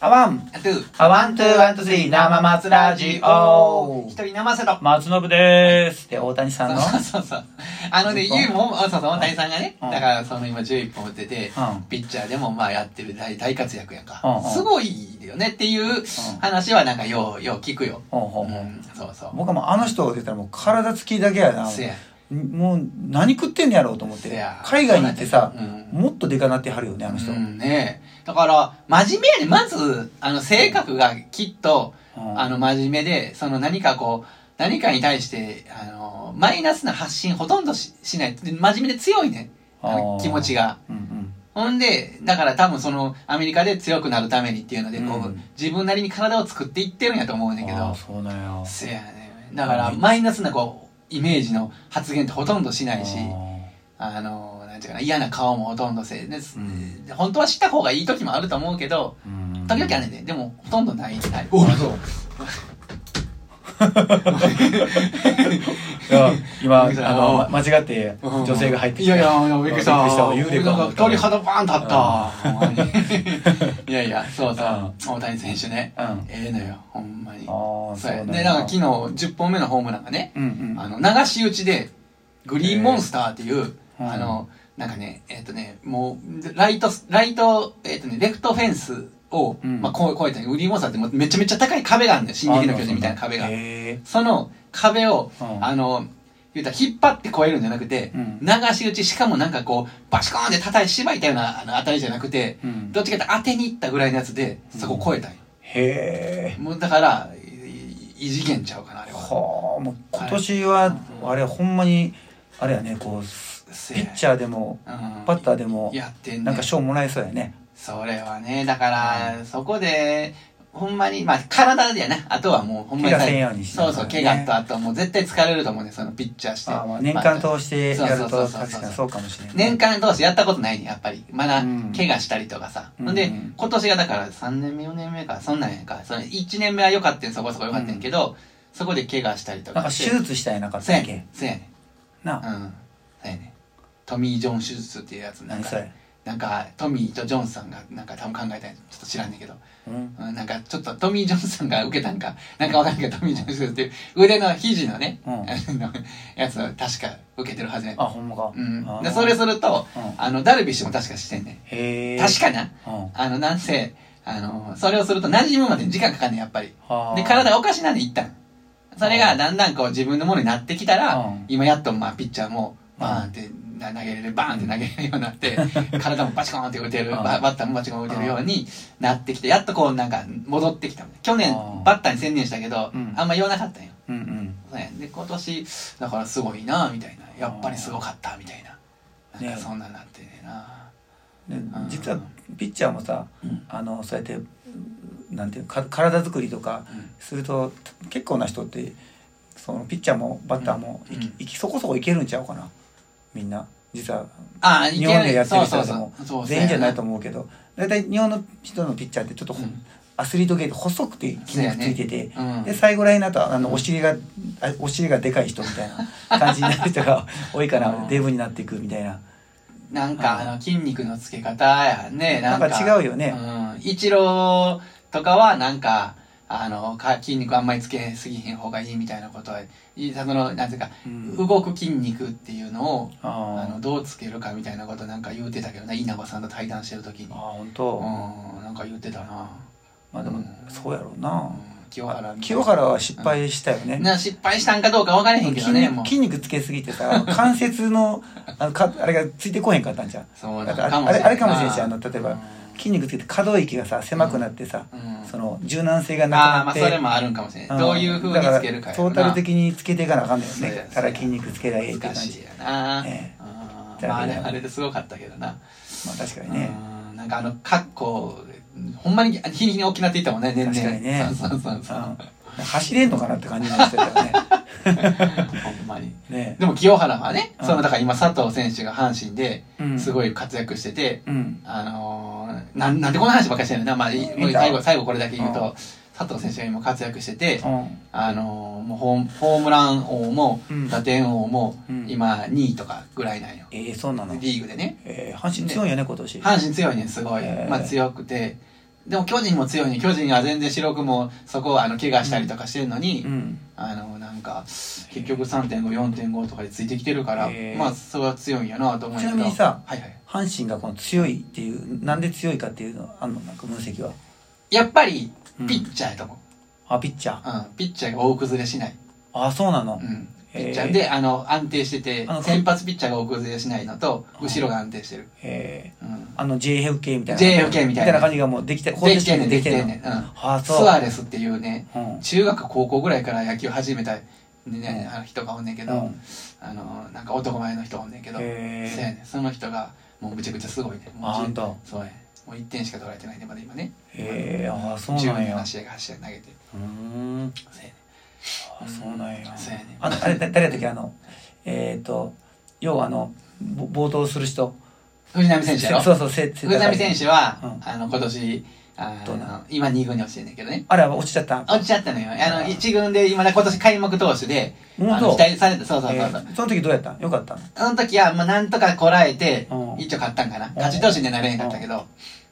アワン、アトゥアワン、ツー、ワン、ツー、スリー、生松ラジオ一。人生せろ松信です。で、大谷さんの、そうそうそうあのね一本ゆいもそうそう大谷さんがねうんだからその今11本打っててうんピッチャーでもまあやってる大大活躍やんかうんうんすごいよねっていう話はなんかようよう聞くよほうほううほうんそうそう 僕はもうあの人って言ったらもう体つきだけやな。せやもう何食ってんねやろうと思っせてや。海外に行ってさ、うんもっとでかなってはるよね、あの人。ううんんねえだから真面目やねまずあの性格がきっとあの真面目でその何かこう何かに対してあのマイナスな発信ほとんどししないで真面目で強いねあのあー気持ちがうんうんほんでだから多分そのアメリカで強くなるためにっていうのでこう、うん自分なりに体を作っていってるんやと思うねんだけあーどそうなんや。せやねだからマイナスなこうイメージの発言ってほとんどしないしあのなんていうかな嫌な顔もほとんどせで、ん本当は知った方がいい時もあると思うけど時々あるねんででもほとんどないないおそう。いや今、びっくりしたあの、ま間違って女性が入ってきいた。やいやいやびっくりしたびっくりした幽霊かな思んっかた鳥肌バー ン立ったほんまにいやいやそうそう大谷選手ねうん。あええのよほんまにあ、そそううややでなんか昨日10本目のホームランがねうんうん。あの流し打ちでグリーンモンスターっていうえーあのなんかねえっとねもうライトライトえっとねレフトフェンスをうんまあこうこうやってグリーンモンスターってもうめちゃめちゃ高い壁があるのよ進撃の巨人みたいな壁がへえその壁をうんあの言うたら引っ張って越えるんじゃなくて、うん流し打ちしかもなんかこうバシコーンって叩いしばいたようなあの当たりじゃなくてうんどっちかっていうと当てにいったぐらいのやつでそこ越えたんよ、へえ。もうだからい異次元ちゃうかなあれははあ、もう今年は、あれ、ほんまに、あれやね、こう、せピッチャーでも、うんバッターでも、やってんねなんか賞もらえそうやね。それはねだからそこでほんまにまあ体やなあとはもうほんまに怪我せんようにしながそらうねそう怪我とあとはもう絶対疲れると思うねそのピッチャーしてああまあ年間通してやるそうと、そうそうそう確かにそうかもしれない。年間通してやったことないねやっぱりまだうん怪我したりとかさ、うんほんで今年がだから3年目4年目かそんなんやんかその1年目は良かったんそこそこ良かったんやけど、そこで怪我したりとなんかかし手て術したやなかっそたうやっねけんそうやねんうなあ、んそうやねんトミー・ジョン手術っていうやつなん何かそれ。なんかトミーとジョンさんがなんか多分考えたんやちょっと知らんねんけど、うん。うん、なんかちょっとトミー・ジョンさんが受けたんかなんかわからんけどトミー・ジョン手術っていう腕の肘のね、うんあのやつを確か受けてるはずやねんあ、ほんまか。あうん、ーでそれすると、うんあのダルビッシュも確かしてんねへえ。ん確かかなあのなんせあのそれをすると馴染むまでに時間かかんねんやっぱりで体ががおかしなんで一旦それがだんだんこう自分のものになってきたら、うん今やっとまあピッチャーもバーンってな投げれるバーンって投げれるようにな って、体もバチコーンって打てる、うんババッターもバチコーン打てるようになってきてやっとこうなんか戻ってきた去年うんバッターに専念したけど、うんあんま言わなかったんようんうん。そうやで今年だからすごいなみたいなやっぱりすごかったみたいなねなんかそんなんなってねえなでん実はピッチャーもさ、うんあのそうやってなんていうか体作りとかすると結構な人ってそのピッチャーもバッターもうんいき,、うんそこそこいけるんちゃうかなみんな実はああい日け本でやってる人そうでそうもそうそう全員じゃないそとう思うけど大体日本の人のピッチャーってちょっとほ、うんアスリート系で細くて筋肉ついてて、やねうんで最後らへんになるとあのお尻が、あお尻がでかい人みたい な感じになる人が多いかうんらデブになっていくみたいななんかあの筋肉のつけ方やねななんんかか違うよね、うん一郎とかはなんかあのか筋肉あんまりつけすぎへん方がいいみたいなことはいそのなんていうかうん動く筋肉っていうのをああのどうつけるかみたいなことなんか言うてたけどな稲葉さんと対談してる時にああ本当、うんなんか言ってたなまあでうもんそうやろうな、うん清原清原は失敗したよね、な失敗したんかどうか分からへんけど筋ね肉もう筋肉つけすぎてさ関節のあのかあれがついてこへんかったんじゃんそうだかなのらかもあれしれなあいれかもしれんしあの例えば筋肉つけて可動域がさ狭くなってさ、うんその柔軟性がなくああなまあってそれもあるんかもしれないどういうふうにつけるかだらやトーろなタル的につけていかなあかんのよそうやそうねやただ筋肉つけりゃええって感難しじいやな、ええあだーよねまああれあれですごかったけどな、まあ確かにねうんなんかあの格好ほんまに日に日に大きくなっていったもんね年々確かにねそうそうそうそううん走れんのかなって感じになってたよ ねほんまにねでも清原はね、うんそのだから今佐藤選手が阪神でうんすごい活躍してて、うんあのー、なんなんでこの話ばっかりしてるな、まあ、いもう最いいん後だ最後これだけ言ううと佐藤選手が今活躍してて、うんあのーもうホームホームラン王もうん打点王もうん今2位とかぐらいなんよ、ええそうなのリーグでねえー阪神強いよね今年阪神強いねすごい、へーまあ、強くてでも巨人も強いね巨人は全然白くもそこはあの怪我したりとかしてるのに、うんあのなんか結局3.54.5とかでついてきてるから、へーまあそれは強いんやなと思うんやけちどなみにさはいはい、阪神がこの強いっていうなんで強いかっていうのあんのなんか分析はやっぱりうんピッチャーやと思う、あピッチャーうんピッチャーが大崩れしない、あそうなの、うん、ピへーッチャーであの安定しててあの先発ピッチャーが大崩れしないのと後ろが安定してる、えうんー、あの JFK みたいな JFK みたいな感じがもうできてできてんねんででききててんねんんのうんあそうスアレスっていうねうん中学高校ぐらいから野球始めた、ねねうんあの人がおんねんけど、うんあのなんか男前の人おんねんけど、へーそうやねんその人がもうむちゃくちゃすごいねもうあほんとそうやねんもう1点しか取られてないねまだ今ねへえあそうなんや17試合が8試合投げてうーんそうやねんあそうなんやそうやねあのあれだ誰だっけあのえっ、ー、と要はあのぼ冒頭する人藤浪選手やろそうそうせ背高藤い浪選手は、うんあの今年あどうなのの今2軍に落ちてんねんけどねあれは落ちちゃった落ちちゃったのよああのー1軍で今ね今年開幕投手であ本の当期待されてそうそうそうそう、えーその時どうやったんよかったのその時は、まあ、なんとかこらえてうん、一応勝ったんかな。ん勝ち投手にはなれへんかったけど。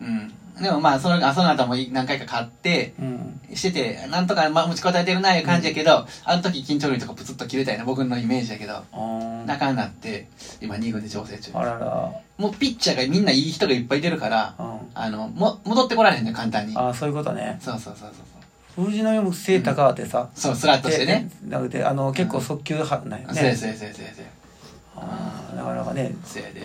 うん。でもまあ、そのあその後も何回か勝って、うんしてて、なんとか、まあ、持ちこたえてるないう感じやけど、あの時緊張力とかプツッと切れたよな、僕のイメージやけど。あー仲になって、今2軍で調整中。あらら、もうピッチャーがみんないい人がいっぱい出るから、うん、あの、も、戻ってこられへんのよ、簡単に。あーそういうことねそうそうそうそう。藤浪も背高ってさ、そう、スラッとしてね。でなくてあの結構速球派なんよそうやね、そうやそうやそうやそうや。あーなかなかねそうやで。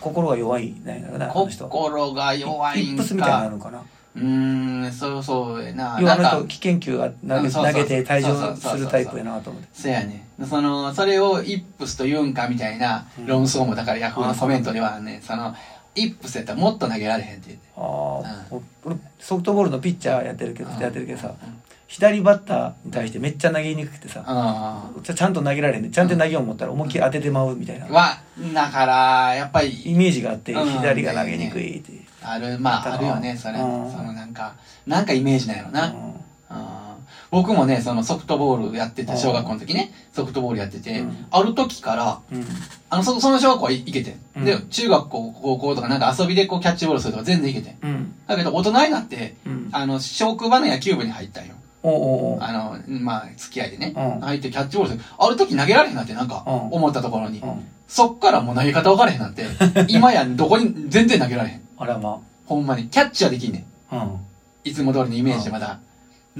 心が弱いなんやろなあの人心が弱いイんッか。プスみたいになるのかなうーん、そうそうやな。要はなんあの人か、危険球が投うげんそうそう投げて退そう場そうそうするタイプやなと思ってそうやね。その、それをイップスと言うんかみたいな論争も、だからヤフーのコメントではね、その、イップスやったらもっと投げられへんって言って。ああ、う俺ソフトボールのピッチャーやってるけど、うんやってるけどさ、うん左バッターに対してめっちゃ投げにくくてさ、あちゃちゃんと投げられへんねちゃんと投げよう思ったら思いっきり当ててまうみたいな、あ。は、だから、やっぱイり、メージがあってうん左が投げにくいって、ある、まだあ、あからるよね、それ。そうんのなんか、なんかイメージなんやろな。うんあー僕もね、そのソフトボールやってうて、ん小学校の時ね、ソフトボールやっててうん、ある時から、うんあの、そ、その小学校は行けてうんん。で、中学校、高校とかなんか遊びでこうキャッチボールするとか全然行けてん。うんだけど、大人になって、うんあの、職場の野球部に入ったんよ。おおおうあの、まあ、付き合いでね。うん入ってキャッチボールする。ある時投げられへんなって、なんか、うん思ったところに。おう、うん、そっからもう投げ方分からへんな って。今や、どこに、全然投げられへん。あらまほんまに。キャッチはできんねん。あうんいつも通りのイメージでまだ。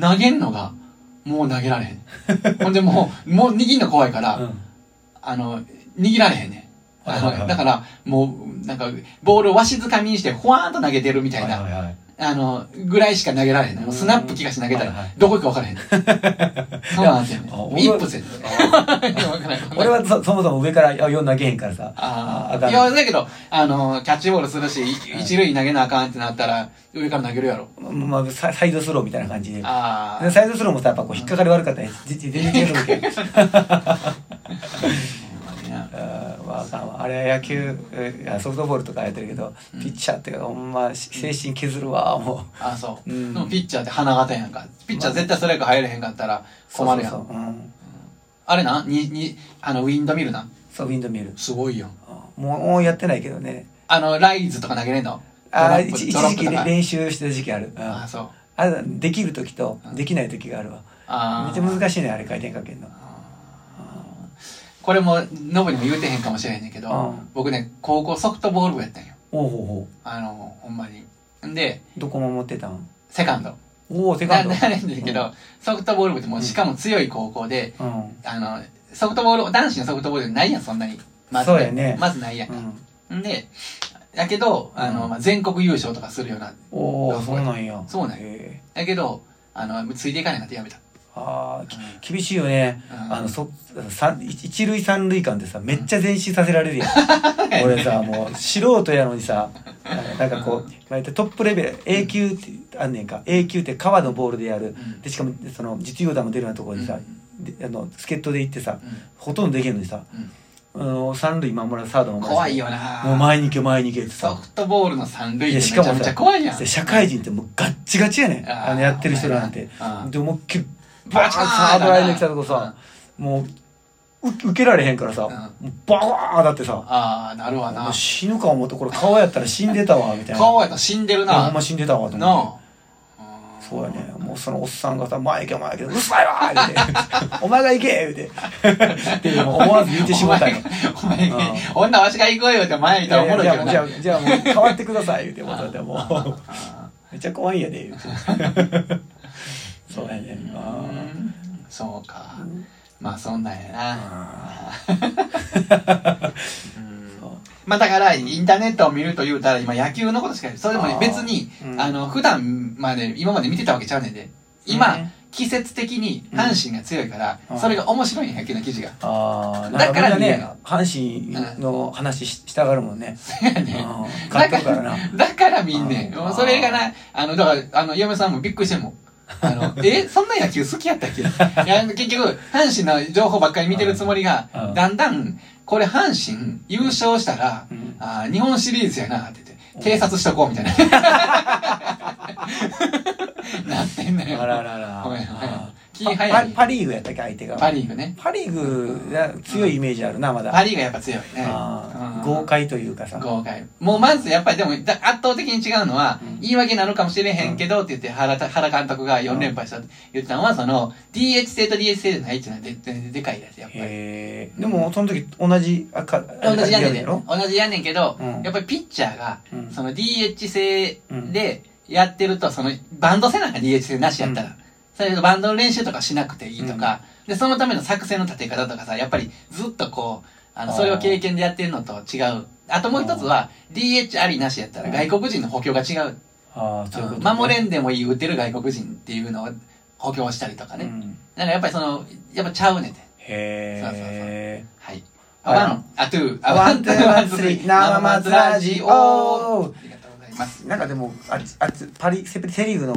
投げんのが、もう投げられへん。ほんでもう、もう握んの怖いから、うんあの、握られへんねん。あはいはいはいの、だから、もう、なんか、ボールをわしづかみにして、ほわーんと投げてるみたいはな。いはいはいあの、ぐらいしか投げられへんのよ。スナップ気がして投げはたいはいら、どこ行くか分からへんの。 そうなんですよねあ。俺一歩せんの。 いや分からん分からん俺はそ そもそも上から4投げへんからさあああかんいや、だけど、あの、キャッチボールするし、い一塁投げなあかんってなったら、上から投げるやろ。まあ、ササイドスローみたいな感じであでサイドスローもさやっぱこう引っかかり悪かったねじじ全然違うけどあーまあ。ああかんわあれは野球えーソフトボールとかやってるけど、うんピッチャーってかほんまし精神削るわもあ、そう。うんでもピッチャーって花形やんか。ピッチャー絶対ストライク入れへんかったらう困るや。そうんそうそう,、うん、あれなに、に、あの、ウィンドミルな。そうウィンドミルすごいやん。うんもうもうやってないけどねあの、ライズとか投げれんのあードロップ一ドロ一ッ時期プとねか練習してた時期ある、うんああー、そう。れできる時とできない時があるわめあっちゃ。あ難しいねあれ回転かけるのこれもノブにも言うてへんかもしれへんねんけど、うん僕ね高校ソフトボール部やったんよおうほうほあのほんまにんでうどこも持ってたんセカンドおおセカンドななれんねんけど、ソフトボール部ってもうしかも強い高校で、うん、うんあのソフトボール男子のソフトボールないやんそんなにまずそうやねまずないやん、うん、ん、でやけどあの、うんまあ、全国優勝とかするようなおおそうなんやそうなんやへやけどあのついていかないなってやめた、ーあーきうん厳しいよね、うんあのそ三一一塁三塁間でさめっちゃ前進させられるやん、俺さもう素人やのにさなんかこう大体トップレベル A 級ってあんねんか A 級って川のボールでやるうんでしかもその実業団も出るようなところでさ、であの助っ人で行ってさうんほとんどできんのにさ、うんあの三塁守るサードも怖いよなもう前に行け前に行けってソさフトボールの三塁いってやめしちかゃもめちさゃ怖いやん社会人ってもうガッチガチやねんあーあのやってる人なんてあーで思いっきりババーンチャーンサードラインで来たとこさもうう受けられへんからさ、もうバーだってさああ、なるわもなう。死ぬか思ってこれ顔やったら死んでたわみたいな顔やったら死んでるいやほな。んま死んでたわと思ってなあ。そうやねもうそのおっさんがさ「前行け前行け」「うるさいわ!」言うて 「お前が行け!」言うてって思わず言ってしまったんよお前うんが、女わしが行こうよって前にいいたらやおいもやろいじけゃどあな。じゃあじゃあもう変わってください言うてもうだってもあうあめっちゃ怖いんやで言う てそうやねんなうんそうか。まあそんなんやな。あうんー そうまあだから、インターネットを見ると言うたら、今野球のことしかそれでもねあー別に、うんあの、普段まで、今まで見てたわけちゃうねんで。今、うん季節的に阪神が強いから、うんそれが面白いんや野球の記事が。あーだからなんみんな見えね阪神の話ししたがるもんねそう やねん。うんだ監か督からな ら、だからみんね、あーもうそれがな、あの、だから、あの、嫁さんもびっくりしてんもん。あの、 え、そんな野球好きやったっけ いや結局、阪神の情報ばっかり見てるつもりがうんう、んだんだん、これ阪神優勝したら、うんあー日本シリーズやなって言って、偵察しとこうみたいな。 なってんのよ。あらららごめんごめんあー気早いパパパリーグやったっけ相手がパリーグね。パリーグが強いイメージあるなまだパリーグやっぱ強いね。あーうん豪快というかさ豪快もうまずやっぱりでもだ圧倒的に違うのは、うん言い訳なのかもしれへんけどって言って原田原監督が4連敗したって言ったのはその DH 制と DH 制じゃないっていうのはでででかいですやっぱりへえでもその時同じあか同じやねんやでろ同じやねんけど、うんやっぱりピッチャーがうんその DH 制でやってるとそのバンド制なんか DH 制なしやったら、うそれとバンドの練習とかしなくていいとか、でそのための作戦の立て方とかさやっぱりずっとこうあのあーそれを経験でやってるのと違うあともう一つは DH ありなしやったらうん外国人の補強が違う、ああそういうことね守れんでもいい打てる外国人っていうのを補強したりとかね、うんなんかやっぱりそのやっぱちゃうねんてそうそうそうへえはいあはいワンあトゥーあワンツーワンスリー生松ラジオありがとうございますなんかでもあっちあっちパリセセリーグの